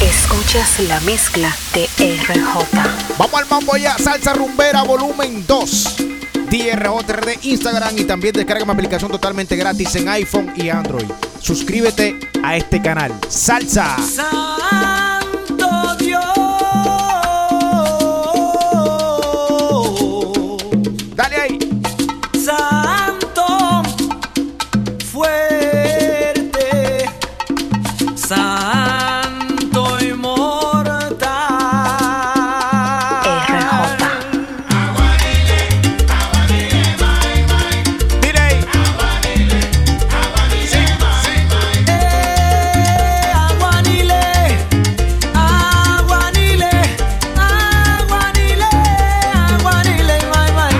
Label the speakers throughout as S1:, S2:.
S1: Escuchas la mezcla de RJ.
S2: Vamos al mambo ya, salsa rumbera volumen 2. DRJR de Instagram y también descarga mi aplicación totalmente gratis en iPhone y Android. Suscríbete a este canal. Salsa.
S3: Santo Dios,
S2: Dale ahí.
S3: Santo fuerte, Santo inmortal.
S2: Dile ahí.
S3: Aguanile, aguanile, aguanile, aguanile, mai, mai.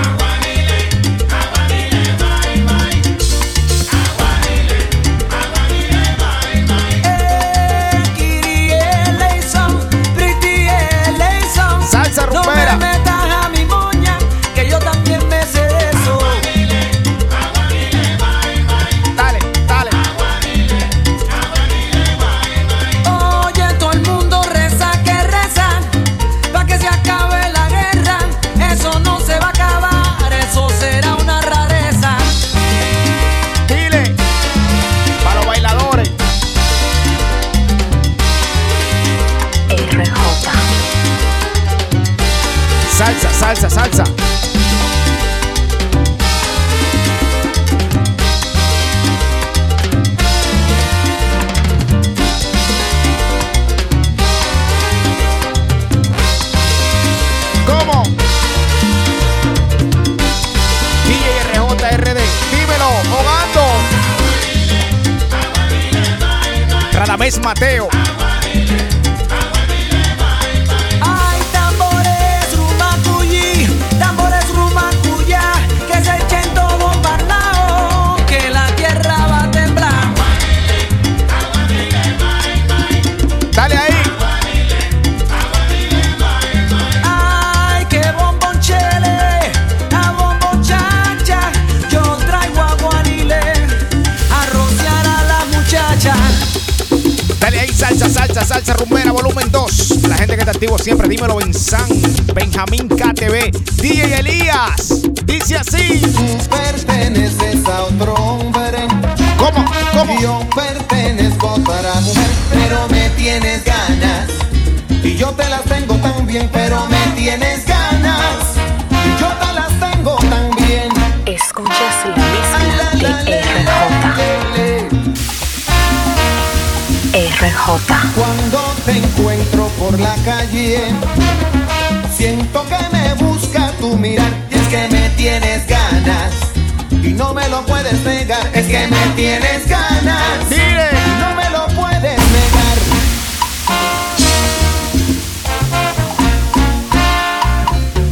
S3: Eh, Kiri Eleison, Pretty Eleison.
S2: Salsa
S3: No
S2: rumbera.
S3: me metas a mi moña, que yo también me sé de eso.
S2: Dale, dale.
S3: Oye, todo el mundo reza que reza, pa' que se acabe la guerra. Eso no se va a acabar, eso será una rareza.
S2: Dile. Para los bailadores.
S1: RJ.
S2: Salsa, salsa, salsa. ¿Cómo? DJRJRD, dímelo, jugando. Radamés Mateo.
S3: Ay, tambores, rumacuyí, tambores, rumacuyá, que se echen todos parlados, que la tierra va a temblar.
S2: Dale ahí.
S3: Ay, que bombón chele, a bombón chacha, yo traigo a Guanile a rociar a la muchacha.
S2: Dale ahí, salsa, salsa, salsa, rumbera, volumen 2. La gente que está activo siempre, dímelo, Benzán, Benjamín KTV, DJ Elías. Dice así.
S4: Tú perteneces a otro hombre
S2: ¿Cómo? ¿Cómo?
S4: y yo pertenezco a otra mujer, pero me tienes ganas y yo te las tengo también, pero me tienes ganas y yo te las tengo también.
S1: Escuchas la
S4: Ay, la, la,
S1: mezcla de
S4: le, le, le, le.
S1: RJ. RJ.
S4: Cuando te encuentro por la calle, siento que me busca tu mirar. Y es que me tienes ganas y no me lo puedes negar. Es que me tienes ganas y
S2: Dile.
S4: no me lo puedes negar.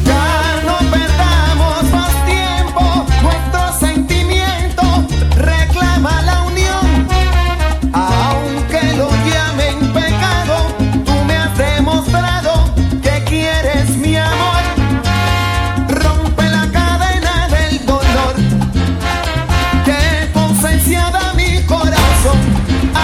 S4: Ya no perdamos más tiempo, nuestro sentimiento reclama la unión. Aunque lo llamen pecado, tú me has demostrado que quieres mi amor. Rompe la cadena del dolor que concienciaba mi corazón.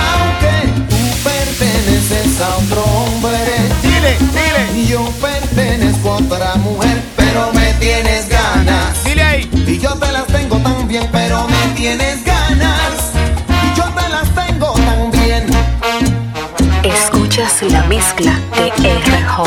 S4: Aunque tú perteneces a otro hombre.
S2: Dile, dile,
S4: Y yo pertenezco a otra mujer, pero me tienes ganas.
S2: dile ahí.
S4: Y yo te las tengo también, pero me tienes ganas. Y yo te las tengo también.
S1: Escuchas la mezcla de RJ.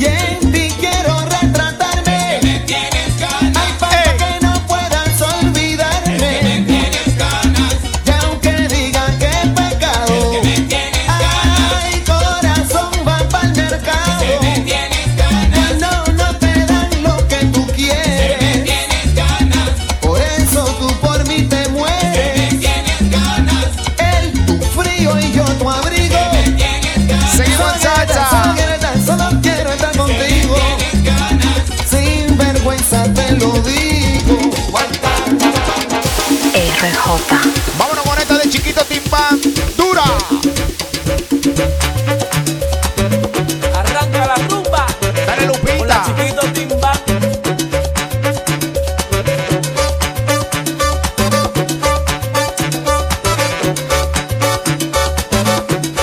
S4: Y en ti quiero retratarme. Me tienes ganas. Ay, para que no puedas olvidarme. Me tienes ganas. Y aunque digan que es pecado. Me tienes ganas. Ay, corazón va para el mercado. Me tienes ganas. No, no te dan lo que tú quieres. Me tienes ganas. Por eso tú por mí te mueres. Me tienes ganas. Él tu frío y yo tu abrigo.
S2: Seguimos en salsa.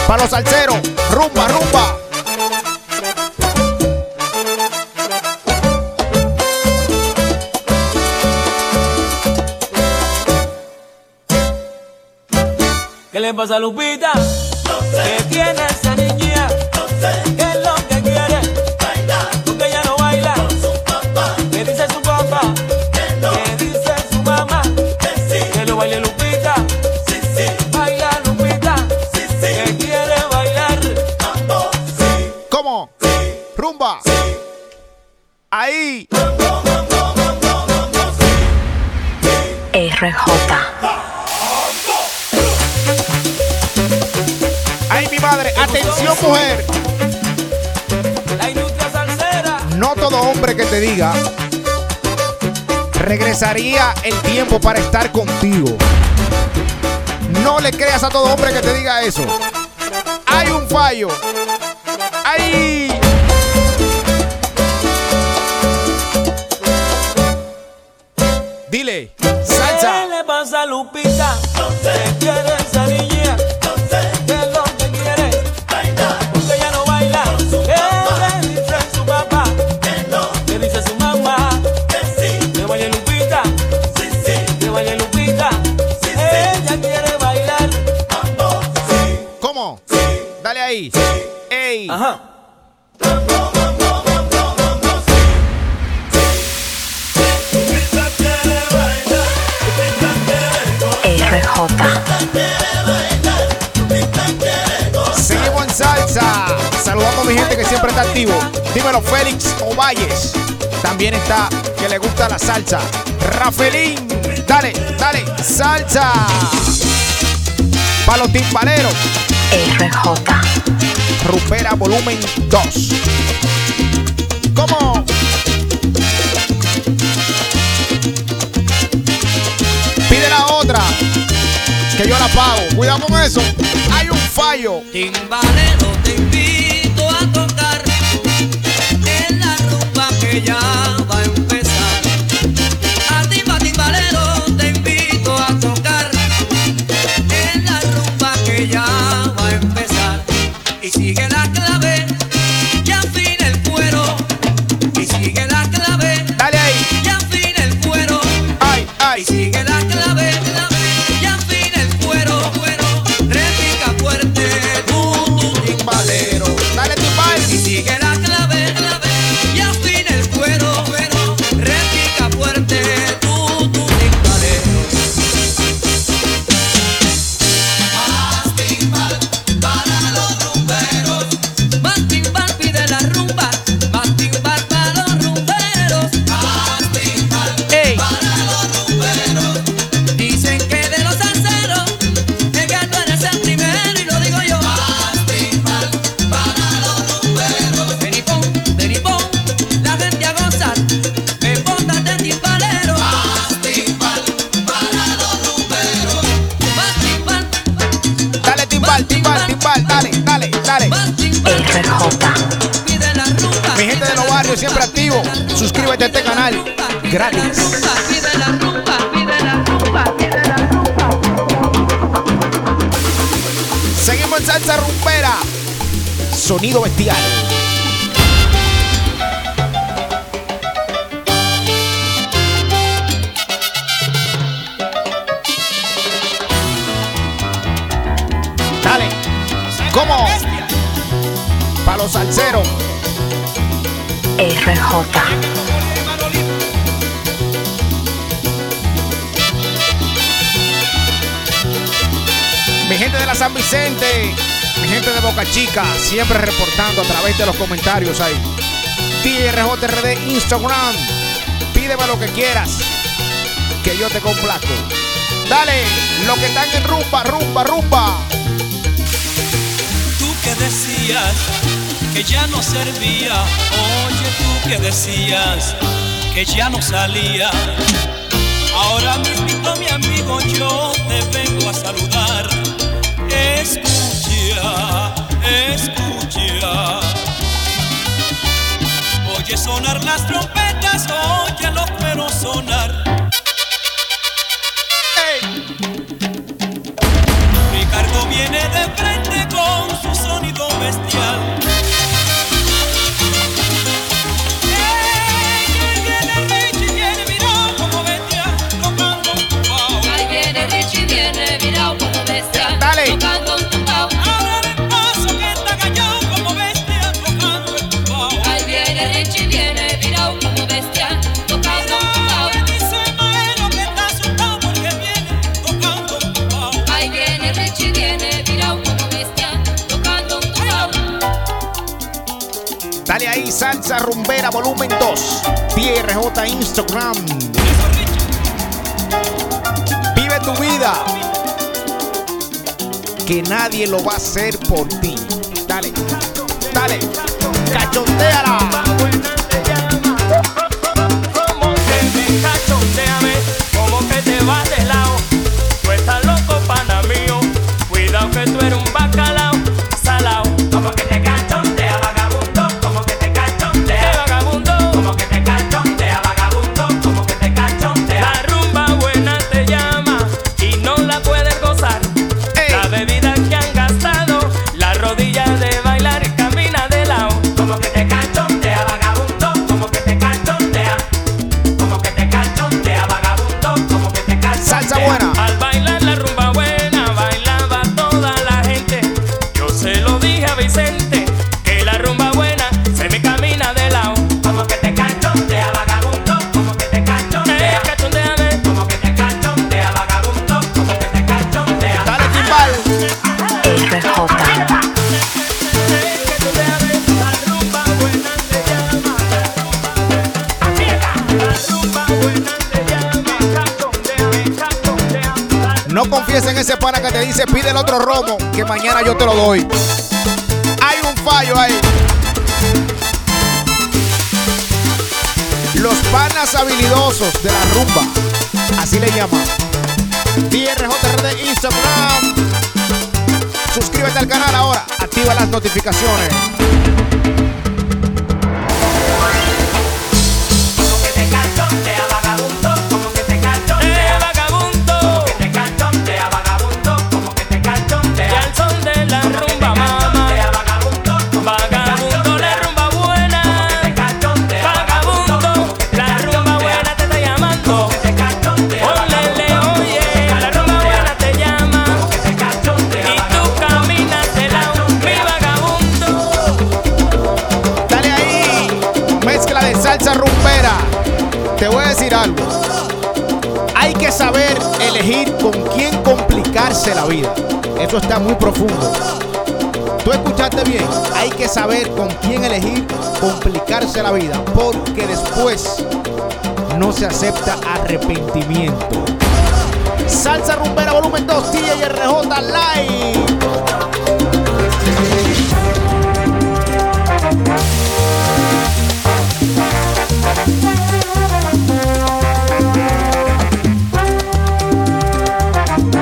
S2: Para los salseros, rumba, rumba.
S5: ¿Qué le pasa a Lupita? ¿Qué tiene esa niña? ¿Qué es lo que quiere? Tú que ya no baila. ¿Qué dice su papá? ¿Qué dice su mamá? Que lo baile Lupita. Baila Lupita. Que quiere bailar.
S2: ¿Cómo? Rumba. Ahí.
S1: RJ,
S2: Ay, mi madre. Atención, mujer.
S5: La industria salsera.
S2: No todo hombre que te diga regresaría el tiempo para estar contigo. No le creas a todo hombre que te diga eso. Hay un fallo. Hay. Dile,
S5: ¿Qué
S2: salsa.
S5: le pasa a Lupita? ¿Qué quiere esa niña? ¿Qué es lo que quiere? Porque ya no baila. ¿Qué le dice su papá? ¿Qué dice su mamá? Que baile Lupita. Que baile Lupita. Ella quiere bailar.
S2: ¿Cómo? Dale ahí. Ey.
S5: Ajá.
S1: RJ,
S2: Seguimos en salsa. Saludamos a mi gente que siempre está activo. Dímelo, Félix Ovalles. También está que le gusta la salsa. Rafelín. Dale, dale, salsa. Para los timbaleros.
S1: RJ,
S2: Rupera volumen 2. ¿Cómo? Pide la otra. Que yo la pago. Cuidado con eso. Hay un fallo.
S3: Timbalero, te invito a tocar en la rumba que ya va a empezar. A timba, timbalero, te invito a tocar en la rumba que ya va a empezar. Y sigue la clave, y afina el cuero. Y sigue la clave,
S2: Dale ahí.
S3: y afina el cuero.
S2: Ay,
S3: Y
S2: ay.
S3: sigue la clave, clave, y afina el cuero, cuero. Repica fuerte, tú, tú,
S2: timbalero. Dale
S3: Y
S2: timbal.
S3: sigue la clave, clave, y afina el cuero, cuero. Repica fuerte, tú, tú, timbalero. Más timbal para los rumberos. Más timbal pide la rumba. Más timbal para los rumberos. Más timbal
S5: Ey.
S3: para los rumberos. Dicen que de los salseros el gato eres el primero y lo digo yo. Más timbal para los rumberos. Ven y pon, ven y pon, la gente a gozar. Me botas de timbalero. Más timbal para los rumberos. Más timbal,
S2: Dale timbal, timbal, timbal. Dale, dale, dale.
S3: más timbal.
S1: RJ.
S3: Pide la rumba.
S2: Eh. Mi gente de los barrios siempre activo. Suscríbete a este canal. Gratis.
S3: Pide la rumba, pide la rumba, pide la rumba.
S2: Seguimos en salsa rumbera. Sonido bestial. Dale. ¿Cómo? Para los salseros.
S1: RJ,
S2: Mi gente de la San Vicente, mi gente de Boca Chica, siempre reportando a través de los comentarios ahí. TRJRD Instagram, pídeme lo que quieras, que yo te complazco. Dale, los que están en rumba, rumba, rumba.
S6: tú que decías que ya no servía, oye tú que decías que ya no salía. Ahora mismo mi amigo yo te vengo a saludar. Escucha, escucha. Oye sonar las trompetas, oye los cueros sonar. Ricardo viene de frente con su
S2: Dale ahí, salsa rumbera, volumen 2. PRJ Instagram. Vive tu vida. Que nadie lo va a hacer por ti. Dale, dale, cachondeala.
S7: Como que me cachondeame, como que te vas de lado. Tú estás loco, pana mío. Cuidado que tú eres un bacalao, salao. Como que te cachondea, vagabundo. Como que te cachondea, vagabundo. Como que te cachondea, vagabundo. Como que te cachondea. La rumba buena te llama y no la puedes gozar.
S2: Ey.
S7: La bebida que han gastado, las rodillas de bailar camina de lado. Como que te cachondea, vagabundo. Como que te cachondea. Como que te cachondea, vagabundo. Como que te cachondea.
S2: Salsa buena.
S7: Al bailar la rumba buena bailaba toda la gente. Yo se lo dije a Vicente que la rumba buena se me camina de lado. Como que te cachondea vagabundo, como que te cachondea. Cachondeame, como que te cachondea vagabundo, como que te cachondea.
S2: Dale, timbal.
S1: RJ.
S7: La rumba buena te llama, la rumba buena te llama. Cachondeame, cachondeame.
S2: No confíes en ese pana que te dice pide el otro romo, que mañana yo te lo doy. Hay un fallo ahí. Los panas habilidosos de la rumba, así le llaman. DRJRD Instagram. Suscríbete al canal ahora, activa las notificaciones.
S7: Como que te cachondea vagabundo, como que te cachondea vagabundo, como que te cachondea vagabundo, como que te cachondea. Y al son de la rumba mamá, vagabundo, vagabundo la rumba buena, vagabundo la rumba buena te está llamando. Olele oye, la rumba buena te llama, y tú caminas de la mi vagabundo.
S2: Dale ahí, mezcla de salsa rumbera. Te voy a decir algo. Hay que saber elegir con quién complicarse la vida. Eso está muy profundo. Tú escuchaste bien. Hay que saber con quién elegir complicarse la vida. Porque después no se acepta arrepentimiento. Salsa rumbera volumen 2 DJ RJ Live.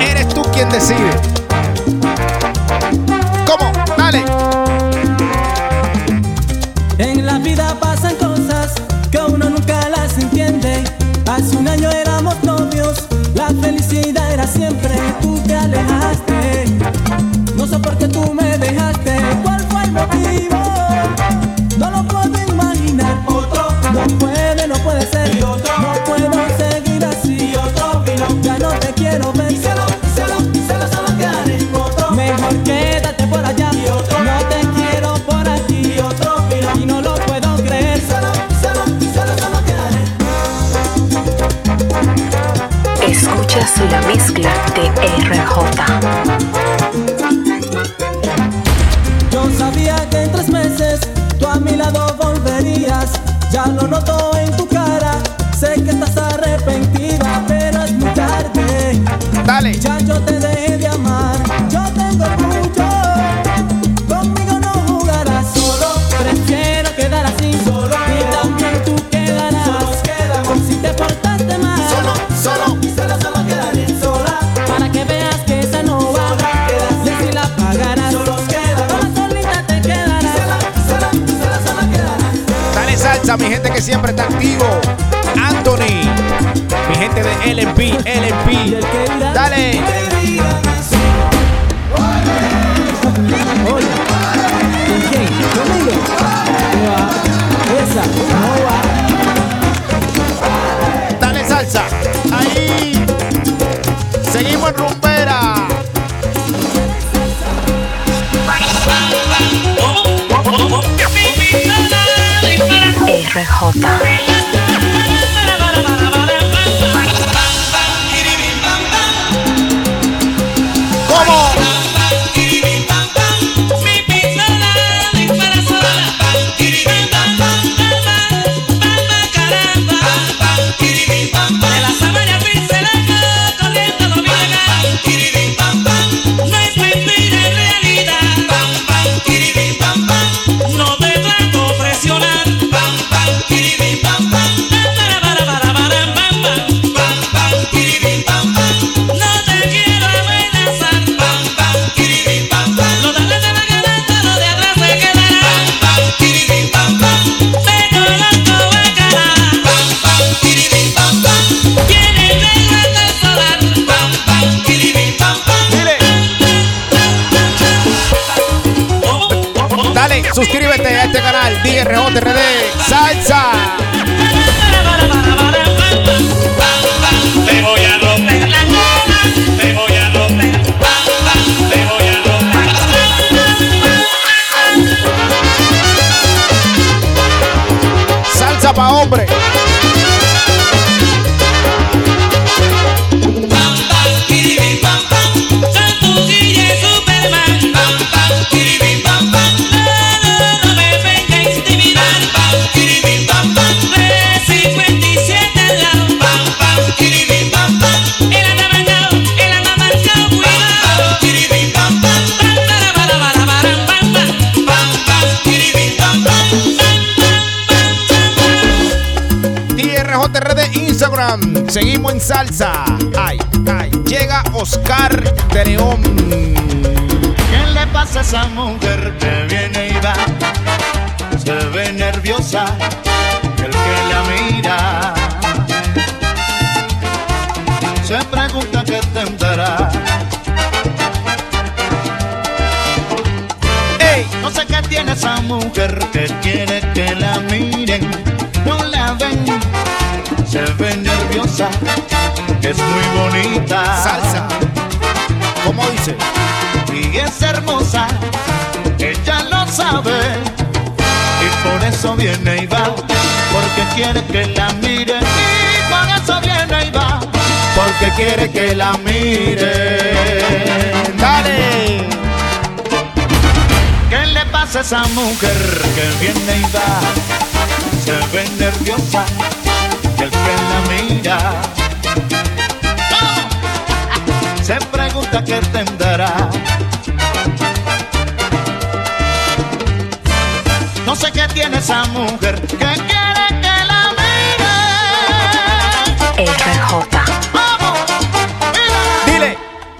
S2: Eres tú quien decide. ¿Cómo? Dale.
S3: En la vida pasan cosas que uno nunca las entiende. Hace un año éramos novios, la felicidad era siempre. Tú te alejaste, no sé por qué tú me dejaste. ¿Cuál fue el motivo? No lo puedo imaginar. Otro no puede, no puede ser. no puedo seguir así. ya no te quiero ver. Mejor quédate por allá. no te quiero por aquí. Y, no lo puedo creer.
S1: Escuchas la mezcla de RJ.
S3: Yo sabía que en tres meses tú a mi lado volverías. Ya lo noto en tu cara. Sé que estás arrepentida, pero es muy tarde.
S2: Dale.
S3: Ya yo te dejé de amar, yo tengo mucho. Conmigo no jugarás solo, prefiero quedar así solo. Y también tú quedarás por si te portaste mal. Solo, solo, y solo, solo quedaré sola. Para que veas que esa no va, y así la pagarás. Solo solita te quedarás.
S2: Dale salsa, mi gente que siempre está activo. Anthony. Mi gente de LP,
S3: Y el
S2: LP.
S3: que dirá,
S2: Dale.
S3: Oye, ¿con quién? ¿Conmigo? No va, esa no va.
S2: Dale salsa. Ahí. Seguimos en rumbera.
S1: RJ.
S2: ¿Cómo?
S5: Mi pistola dispara sola,
S2: dale, suscríbete a este canal DRJRD Salsa.
S5: Te voy a romper la cara, te voy a romper, pam, pam, te voy a romper.
S2: Salsa pa' hombre.
S3: Pam, pam, kiribim, pam, pam. Santurci es Superman. Pam, pam, kiribim, pam, pam. No, no, no me venga a intimidar. Pam, kiribim, pam, pam. 357 al lado. Pam, pam, kiribim, pam, pam. Él anda marcado, él anda marcado, cuidado. Pam, pam, kiribim, pam, pam. Pam, para, para, para, para, pam, pam. Pam, pam, kiribim, pam, pam. Pam, pam, pam, pam, pam.
S2: DRJRD Instagram. Seguimos en salsa. Ay, ay. Llega Oscar de León.
S4: ¿Qué le pasa a esa mujer que viene y va? Se ve nerviosa y el que la mira se pregunta qué tendrá.
S2: Ey,
S4: No sé qué tiene esa mujer que quiere que la miren, no la ven, se ve nerviosa, es muy bonita.
S2: salsa. ¿Cómo dice?
S4: y es hermosa, ella lo sabe y por eso viene y va, porque quiere que la mire y por eso viene y va, porque quiere que la mire.
S2: Dale.
S4: ¿Qué le pasa a esa mujer que viene y va? Se ve nerviosa y el que la mira se pregunta qué tendrá. No sé qué tiene esa mujer que quiere que la mire.
S1: RJ.
S4: Vamos, mira.
S2: Dile.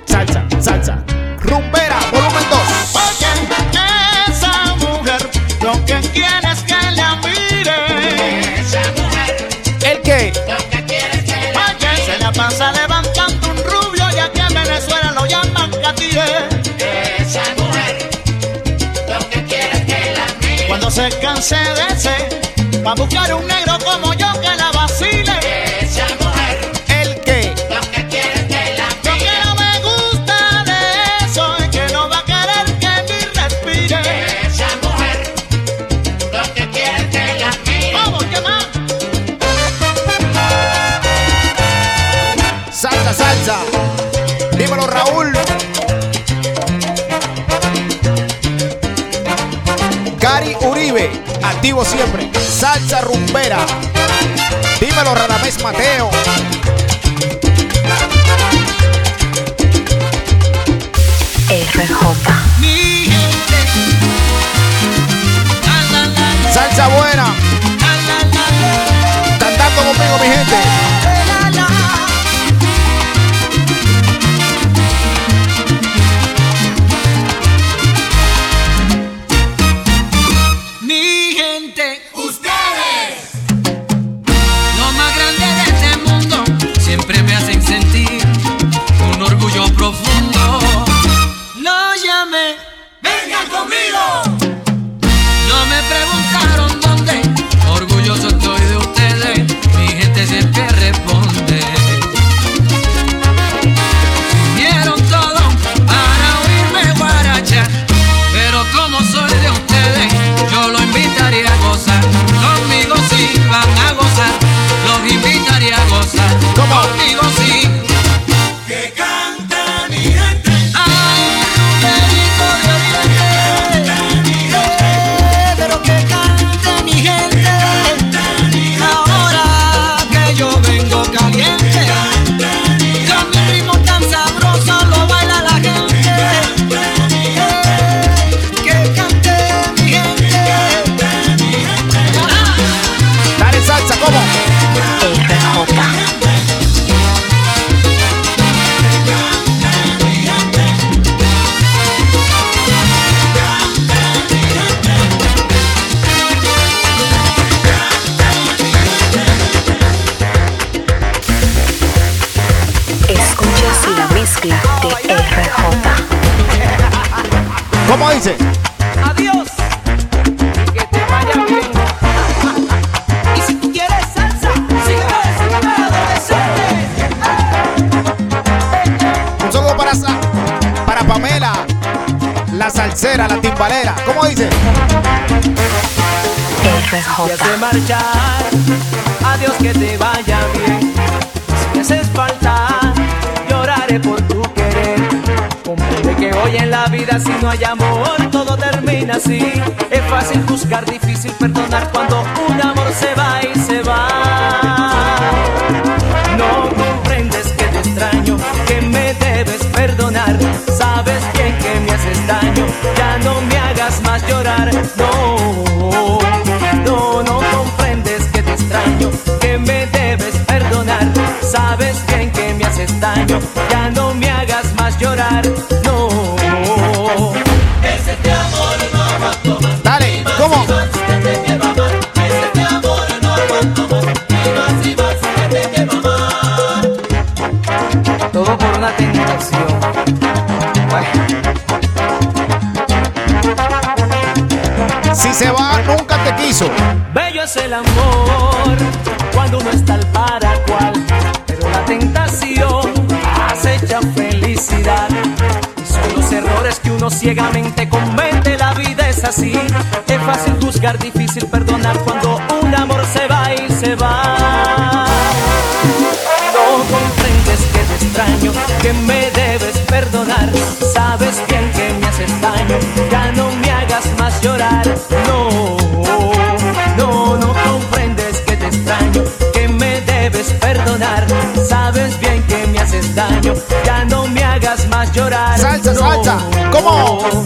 S2: Salsa, salsa. Rumbera, volumen 2.
S4: Oye, esa mujer lo que quiere es que la mire.
S2: ¿El qué?
S4: Oye, se la pasa levantando un rubio y aquí en Venezuela lo llaman catire. Cuando se canse de ese, va a buscar un negro como yo que la vacile.
S2: ¿El qué?
S4: Lo que no me gusta de eso es que no va a querer que ni respire. Vamos, ¿qué más?
S2: Salsa, salsa. Dímelo, Raúl. Gary Uribe, activo siempre. Salsa rumbera. Dímelo, Radamés Mateo.
S1: RJ.
S3: Mi gente. La, la, la, la.
S2: Salsa buena. Cantando conmigo, mi gente.
S3: Mi gente, ustedes, lo más grande de este mundo, siempre me hacen sentir un orgullo profundo. Lo llamé, vengan conmigo. No me preguntaron dónde, orgulloso estoy de ustedes, mi gente siempre responde. Vinieron todos para oírme guaracha, pero como soy de ustedes, yo lo invitaría a gozar. Conmigo sí van a gozar, los invitaría a gozar.
S2: ¿Cómo?
S3: Conmigo sí.
S5: Que canta mi gente,
S3: Ay, Ruberito de Oriente. Pero que cante mi gente, ahora que yo vengo caliente, con mi ritmo tan sabroso lo baila la gente. Que cante mi gente.
S2: Dale salsa, ¿cómo?
S1: RJ. Escuchas la mezcla de RJ.
S2: ¿Cómo dice?
S8: Adiós,
S3: que te vaya bien.
S9: Y si tú quieres salsa, sígueme, sígueme, adolescente.
S2: Un saludo para, Sa- para Pamela, la salsera, la timbalera. ¿Cómo dice?
S3: Te hace
S1: RJ,
S3: marchar, adiós que te vaya bien. Si me haces falta, lloraré por tu querer. Comprende que hoy en la vida si no hay amor, todo termina así. Es fácil juzgar, difícil perdonar cuando un amor se va y se va. No comprendes que te extraño, que me debes perdonar. Sabes bien que me haces daño, ya no me hagas más llorar. No, no, no comprendes que te extraño, que me debes perdonar. Sabes bien que me haces daño, ya no me hagas más llorar. No.
S2: Dale, ¿cómo?
S3: Todo por una tentación. Bueno,
S2: Si se va, nunca te quiso.
S3: Bello es el amor cuando uno está al para cual, pero la tentación acecha felicidad. Y son los errores que uno ciegamente comete, la vida es así. Es fácil juzgar, difícil perdonar cuando un amor se va y se va. No comprendes que te extraño, que me debes perdonar. Sabes bien que me haces daño, ya no me hagas más llorar. No, no, no comprendes que te extraño, que me debes perdonar. Sabes bien que me haces daño, ya no me hagas más llorar.
S2: Salsa,
S3: No.
S2: salsa. ¿Cómo?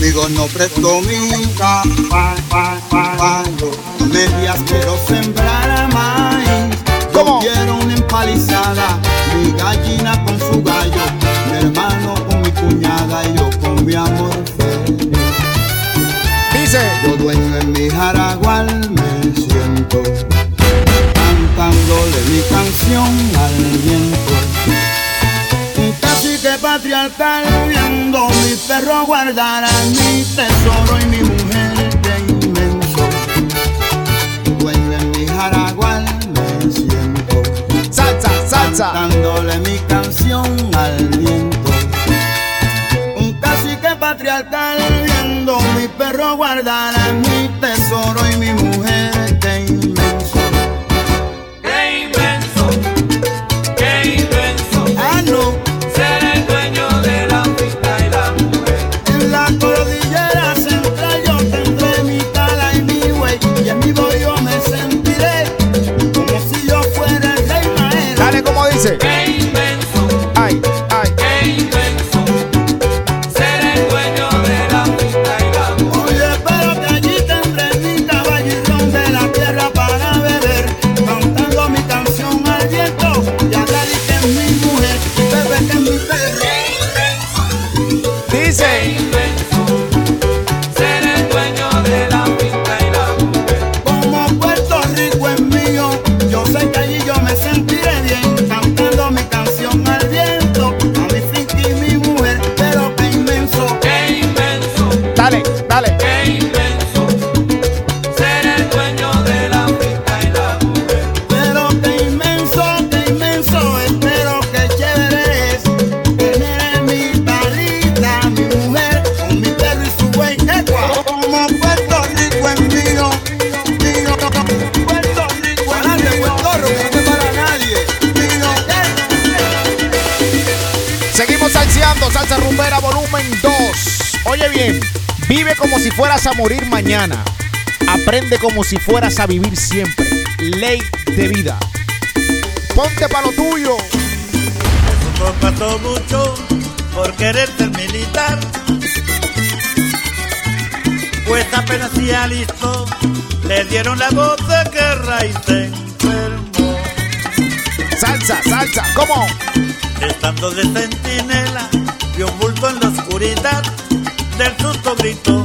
S4: Digo, no presto minca cuando tú me digas quiero sembrar maíz. Yo
S2: ¿Cómo?
S4: quiero una empalizada, mi gallina con su gallo, mi hermano con mi cuñada y yo con mi amor feliz.
S2: Dice.
S4: Yo dueño en mi jaragual me siento, cantándole mi canción al viento. Y casi que patriarcal viendo mi perro guardará mi tesoro y mi mujer de inmenso. Dueño en mi jaragual me siento,
S2: Salsa, salsa.
S4: cantándole mi canción al viento. Un cacique patriarcal viendo mi perro guardará mi tesoro y mi mujer que inmenso.
S7: Qué inmenso, qué inmenso,
S4: Ah, no,
S7: ser el dueño de la vida y la mujer.
S4: en la cordillera central yo tendré mi tala y mi buey y en mi voy yo me sentiré como si yo fuera el rey maestro.
S2: Dale, ¿cómo dice?
S7: Qué inmenso,
S2: Ay, ay.
S7: qué inmenso, ser el dueño de la vida y la mujer.
S4: Oye, pero que allí tendré mi caballo y ron de la tierra para beber, cantando mi canción al viento, y habrá di que es mi mujer, y bebé que es mi perro.
S2: Dice.
S7: Ser el dueño de la vida y la mujer.
S4: Como Puerto Rico es mío, yo sé que allí yo me sentiré bien, cantando mi canción al viento, a mi finca y mi mujer, pero que inmenso.
S7: Qué inmenso,
S2: Dale, dale.
S7: qué inmenso, ser el dueño de la vida y la mujer.
S4: Pero que inmenso, que inmenso, espero que chévere es tener en mi palita, mi mujer, con mi perro y su buen yegua. Como Puerto Rico es mío, mío, Puerto Rico es mío, Puerto Rico no para nadie, mío,
S2: Seguimos salseando, salsa rumbera volumen 2. Oye bien, vive como si fueras a morir mañana. Aprende como si fueras a vivir siempre. Ley de vida. Ponte para lo tuyo.
S10: comparto mucho por querer ser militar. Pues apenas si listo, le dieron la voz de guerra y se enfermó.
S2: Salsa, salsa, ¿cómo?
S10: Estando de centinela, vio un bulto en la oscuridad, del susto gritó.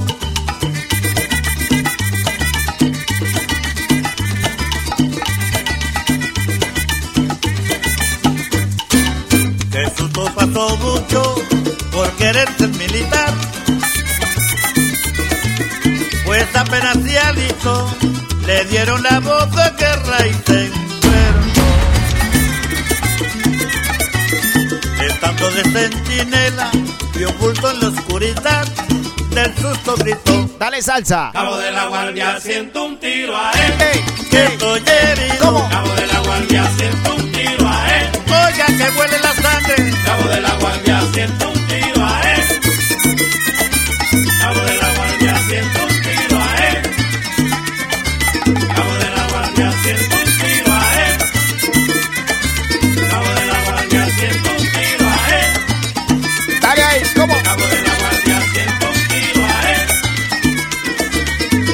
S10: Pues alisto, le dieron la voz de guerra y se enfermó. Estando de centinela, vio un bulto en la oscuridad, del susto gritó.
S2: Dale salsa.
S7: Cabo de la guardia, siento un tiro a él.
S2: Ey,
S10: Que
S2: ey,
S10: estoy herido,
S2: ¿Cómo?
S7: Cabo de la guardia, siento un tiro a él.
S10: oiga que huele la sangre.
S7: Cabo de la guardia, siento un tiro a él. Cabo de la guardia, siento un tiro a él. Cabo de la guardia, siento un tiro a él. Cabo de la guardia, siento un tiro a él.
S2: dale ahí, ¿cómo?
S7: Cabo de la guardia, siento un tiro a él.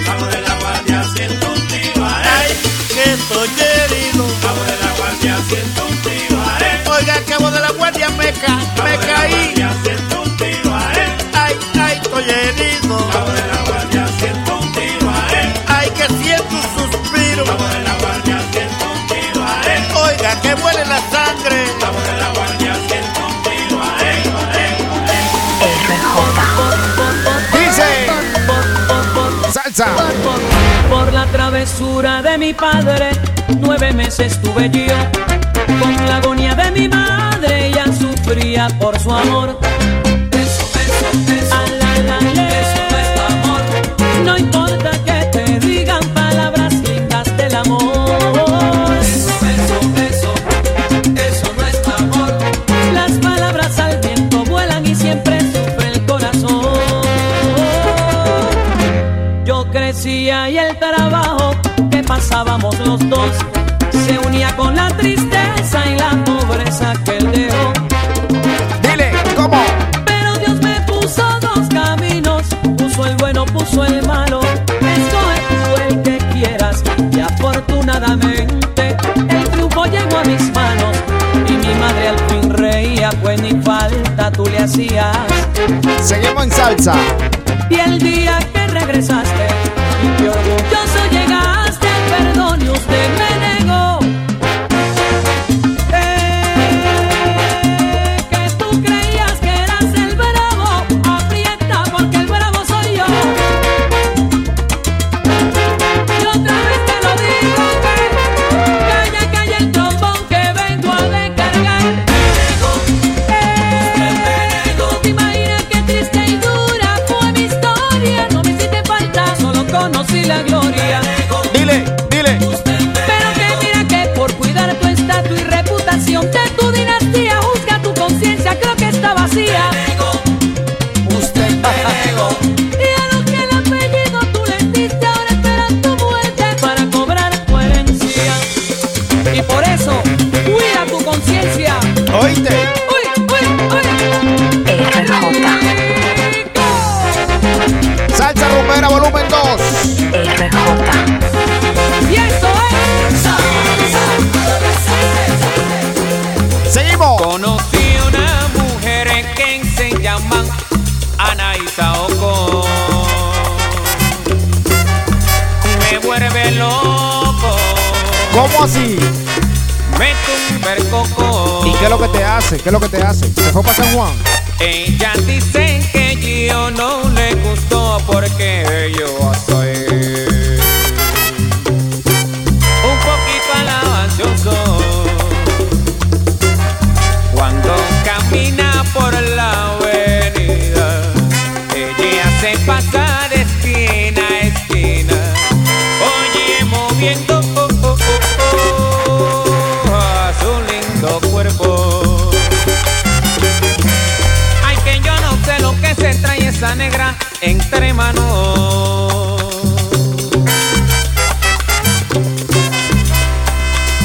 S7: Cabo de la guardia, siento un tiro a él.
S10: Ay, que estoy herido,
S7: Cabo de la guardia, siento un tiro a él.
S10: oiga cabo de la guardia me, ca-
S7: Cabo
S10: me
S7: de la
S10: caí.
S7: guardia, siento un tiro a él.
S10: Ay, ay, estoy herido,
S7: Cabo de la guardia, siento un tiro a él.
S10: ay que siento un suspiro.
S7: Cabo de la guardia, siento un tiro a él.
S10: Oiga que huele la sangre.
S7: Cabo de la guardia, siento un tiro a él. A él, a él.
S1: RJ,
S2: Dice. Salsa.
S3: Por la travesura de mi padre, nueve meses tuve yo. Con la agonía de mi madre, ella sufría por su amor. Eso, eso, eso, eso no es tu amor. No importa que te digan palabras lindas del amor. Eso, eso, eso, eso no es tu amor. Las palabras al viento vuelan y siempre sufre el corazón. Yo crecía y el trabajo que pasábamos los dos se unía con la tristeza y la pobreza que él dejó.
S2: Dile, ¿cómo?
S3: Pero Dios me puso dos caminos, puso el bueno, puso el malo. Escoge tú el que quieras y afortunadamente el triunfo llegó a mis manos. Y mi madre al fin reía, pues ni falta tú le hacías.
S2: Seguimos en salsa.
S3: Y el día que regresaste, y que orgulloso llegaste, perdón, y usted me negó. Eh, que tú creías que eras el bravo, aprieta porque el bravo soy yo. Y otra vez te lo digo que calla, calla el trombón que vengo a descargar. No te imaginas qué triste y dura fue mi historia. No me hiciste falta, solo conocí la gloria.
S2: Dile, dile.
S3: Pero que mira que por cuidar tu estatus y reputación de tu dinastía, juzga tu conciencia, creo que está vacía.
S4: Usted me negó.
S3: Y a los que el apellido tú le diste, ahora esperan tu muerte para cobrar tu herencia. Y por eso, cuida tu conciencia.
S2: Oíste.
S3: Uy, uy, uy.
S1: RJ,
S2: Salsa rumbera volumen 2.
S1: RJ.
S3: Y esto es.
S2: Seguimos.
S5: Conocí una mujer que se llaman Ana Saoko. Me vuelve loco,
S2: ¿Cómo así?
S5: me tumba el coco.
S2: ¿Y qué es lo que te hace? ¿Qué es lo que te hace? ¿Se fue para San Juan?
S5: Ella dice que yo no le gustó porque yo soy un poquito alabancioso. Cuando camina por la avenida, ella se pasa de esquina a esquina. Oye, moviendo oh, oh, oh, oh, a su lindo cuerpo. Ay, que yo no sé lo que se trae esa negra entre manos.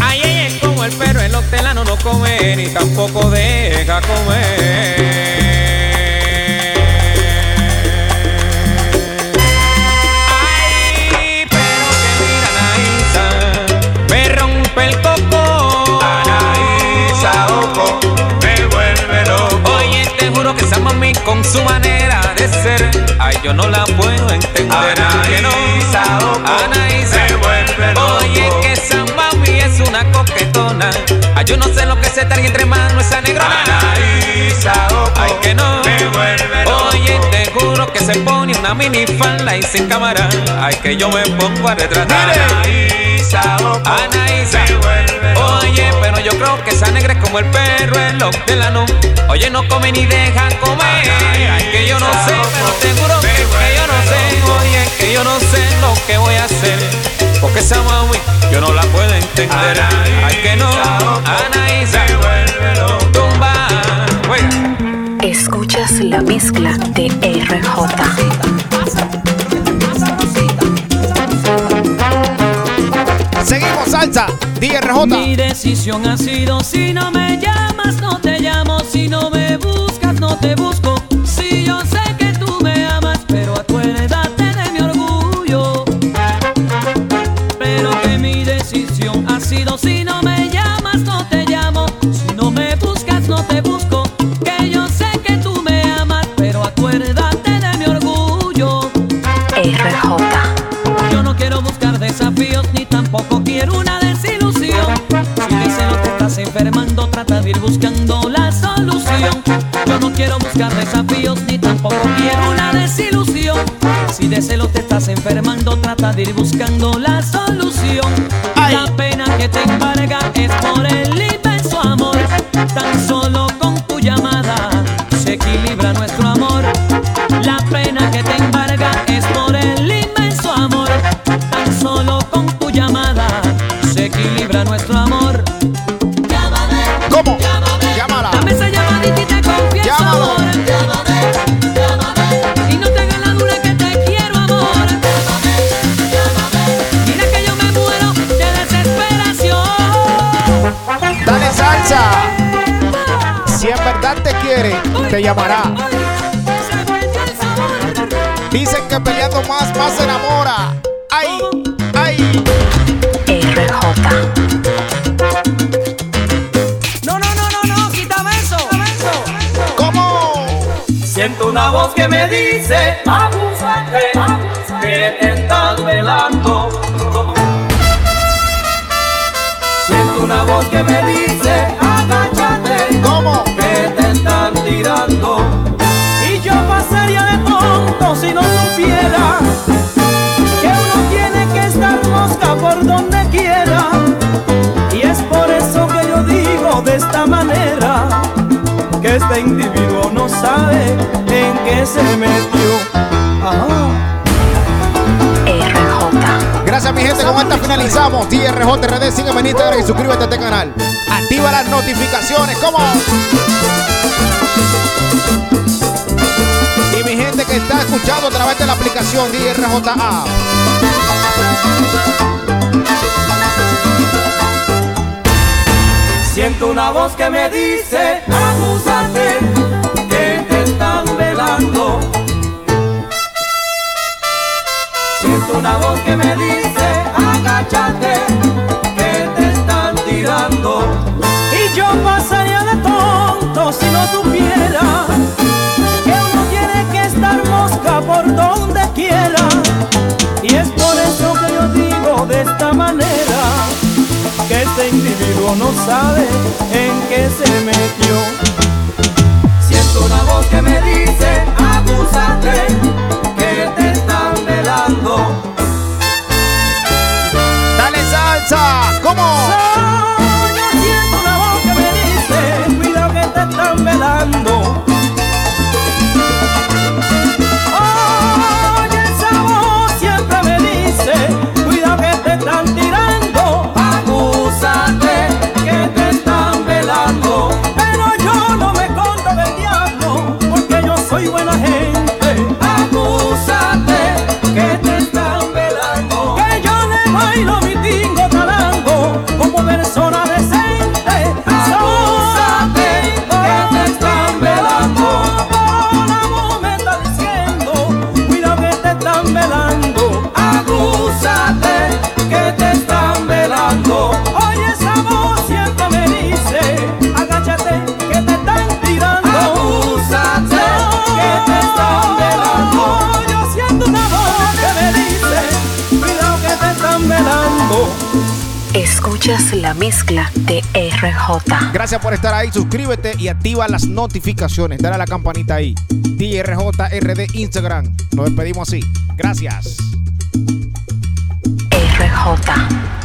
S5: Ay, ella es como el perro, el hortelano no come ni tampoco deja comer. Ay, pero que mira Anaísa, me rompe el coco. Anaísa, oco, me vuelve loco. Oye, te juro que esa mami con su manera de ser, ay, yo no la puedo entender. que no. Anaísa, me vuelve loco. Oye, que esa mami es una coquetona. Ay, yo no sé lo que se trae entre manos esa negrona. Anaísa, ay, que no. Me vuelve loco. Oye, te juro que se pone una minifalda y sin cámara, ay que yo me pongo a retratar. Anaísa, oh, Anaísa, oye, pero yo creo que esa negra es como el perro, el loco de la no. Oye, no come ni deja comer, ay que yo no sé, pero seguro que, que yo no sé, oye, que yo no sé lo que voy a hacer, porque esa mami yo no la puedo entender, ay que no, Anaísa, tumba, oiga.
S1: Escuchas la mezcla de RJ.
S2: Seguimos salsa,
S3: Mi
S2: DRJ.
S3: decisión ha sido si no me llamas no te llamo, si no me buscas no te busco. Si yo sé que tú me amas, pero acuérdate de mi orgullo. Pero que mi decisión ha sido si no me llamas no te llamo, si no me buscas no te busco. Que yo sé que tú me amas, pero acuérdate de mi orgullo.
S1: RJ.
S3: Yo no quiero buscar desafíos ni tampoco quiero una desilusión. Si te celo te estás enfermando, trata de ir buscando la solución. Yo no quiero buscar desafíos ni tampoco quiero una desilusión. Si de celo te estás enfermando, trata de ir buscando la solución. La pena que te embarga es por el inmenso amor. Tan solo con tu llamada se equilibra nuestro amor. La pena que te embarga es por el inmenso amor. Tan solo con tu llamada se equilibra nuestro amor. Llámame,
S2: ¿Cómo? Llámala.
S3: dame esa llamadita y te confieso
S2: Llámalo.
S3: amor. Llámame, llámame. Y no te hagas la dura que te quiero amor. Llámame, llámame. Mira que yo me muero de desesperación.
S2: Dale salsa. Si en verdad te quiere, te llamará.
S3: Se perdió el sabor.
S2: Dicen que peleando más, más se enamora. ¡Ay! ¡Ay!
S1: RJ.
S3: No, no, no, no, no, quítame eso.
S2: ¿Cómo?
S5: Siento una voz que me dice, abúsate, que te estás velando. Siento una voz que me dice, agáchate,
S2: ¿Cómo?
S5: que te están tirando.
S3: Y yo pasaría de pronto si no supiera que uno tiene que estar mosca por donde quiera. Y es por eso que yo digo de esta manera que este individuo no sabe en qué se metió. Ajá.
S1: RJ.
S2: Gracias, mi gente. Con esta finalizamos. DRJRD, sígueme en Instagram y suscríbete a este canal. Activa las notificaciones. ¿Cómo? Y mi gente que está escuchando a través de la aplicación DRJA.
S5: Siento una voz que me dice, abúsate, que te están velando. Siento una voz que me dice, agáchate, que te están tirando.
S3: Y yo pasaría de tonto si no supiera que uno tiene que estar mosca por donde quiera. Y es por eso que yo digo de esta manera que este individuo no sabe en qué se metió.
S5: Siento una voz que me dice, abúsate, que te están velando.
S2: Dale salsa. ¿Cómo?
S3: Yo siento una voz que me dice, cuidado que te están velando. Oye, esa voz siempre me dice, cuidado que te están tirando.
S5: Abúsate, que te están velando.
S3: Pero yo no me conto del diablo, porque yo soy buena gente.
S5: Abúsate, que te están velando.
S3: Que yo le bailo mi tingo talango, como de
S1: Escuchas la mezcla de RJ.
S2: Gracias por estar ahí. Suscríbete y activa las notificaciones. Dale a la campanita ahí. DRJRD Instagram. Nos despedimos así. Gracias.
S1: RJ.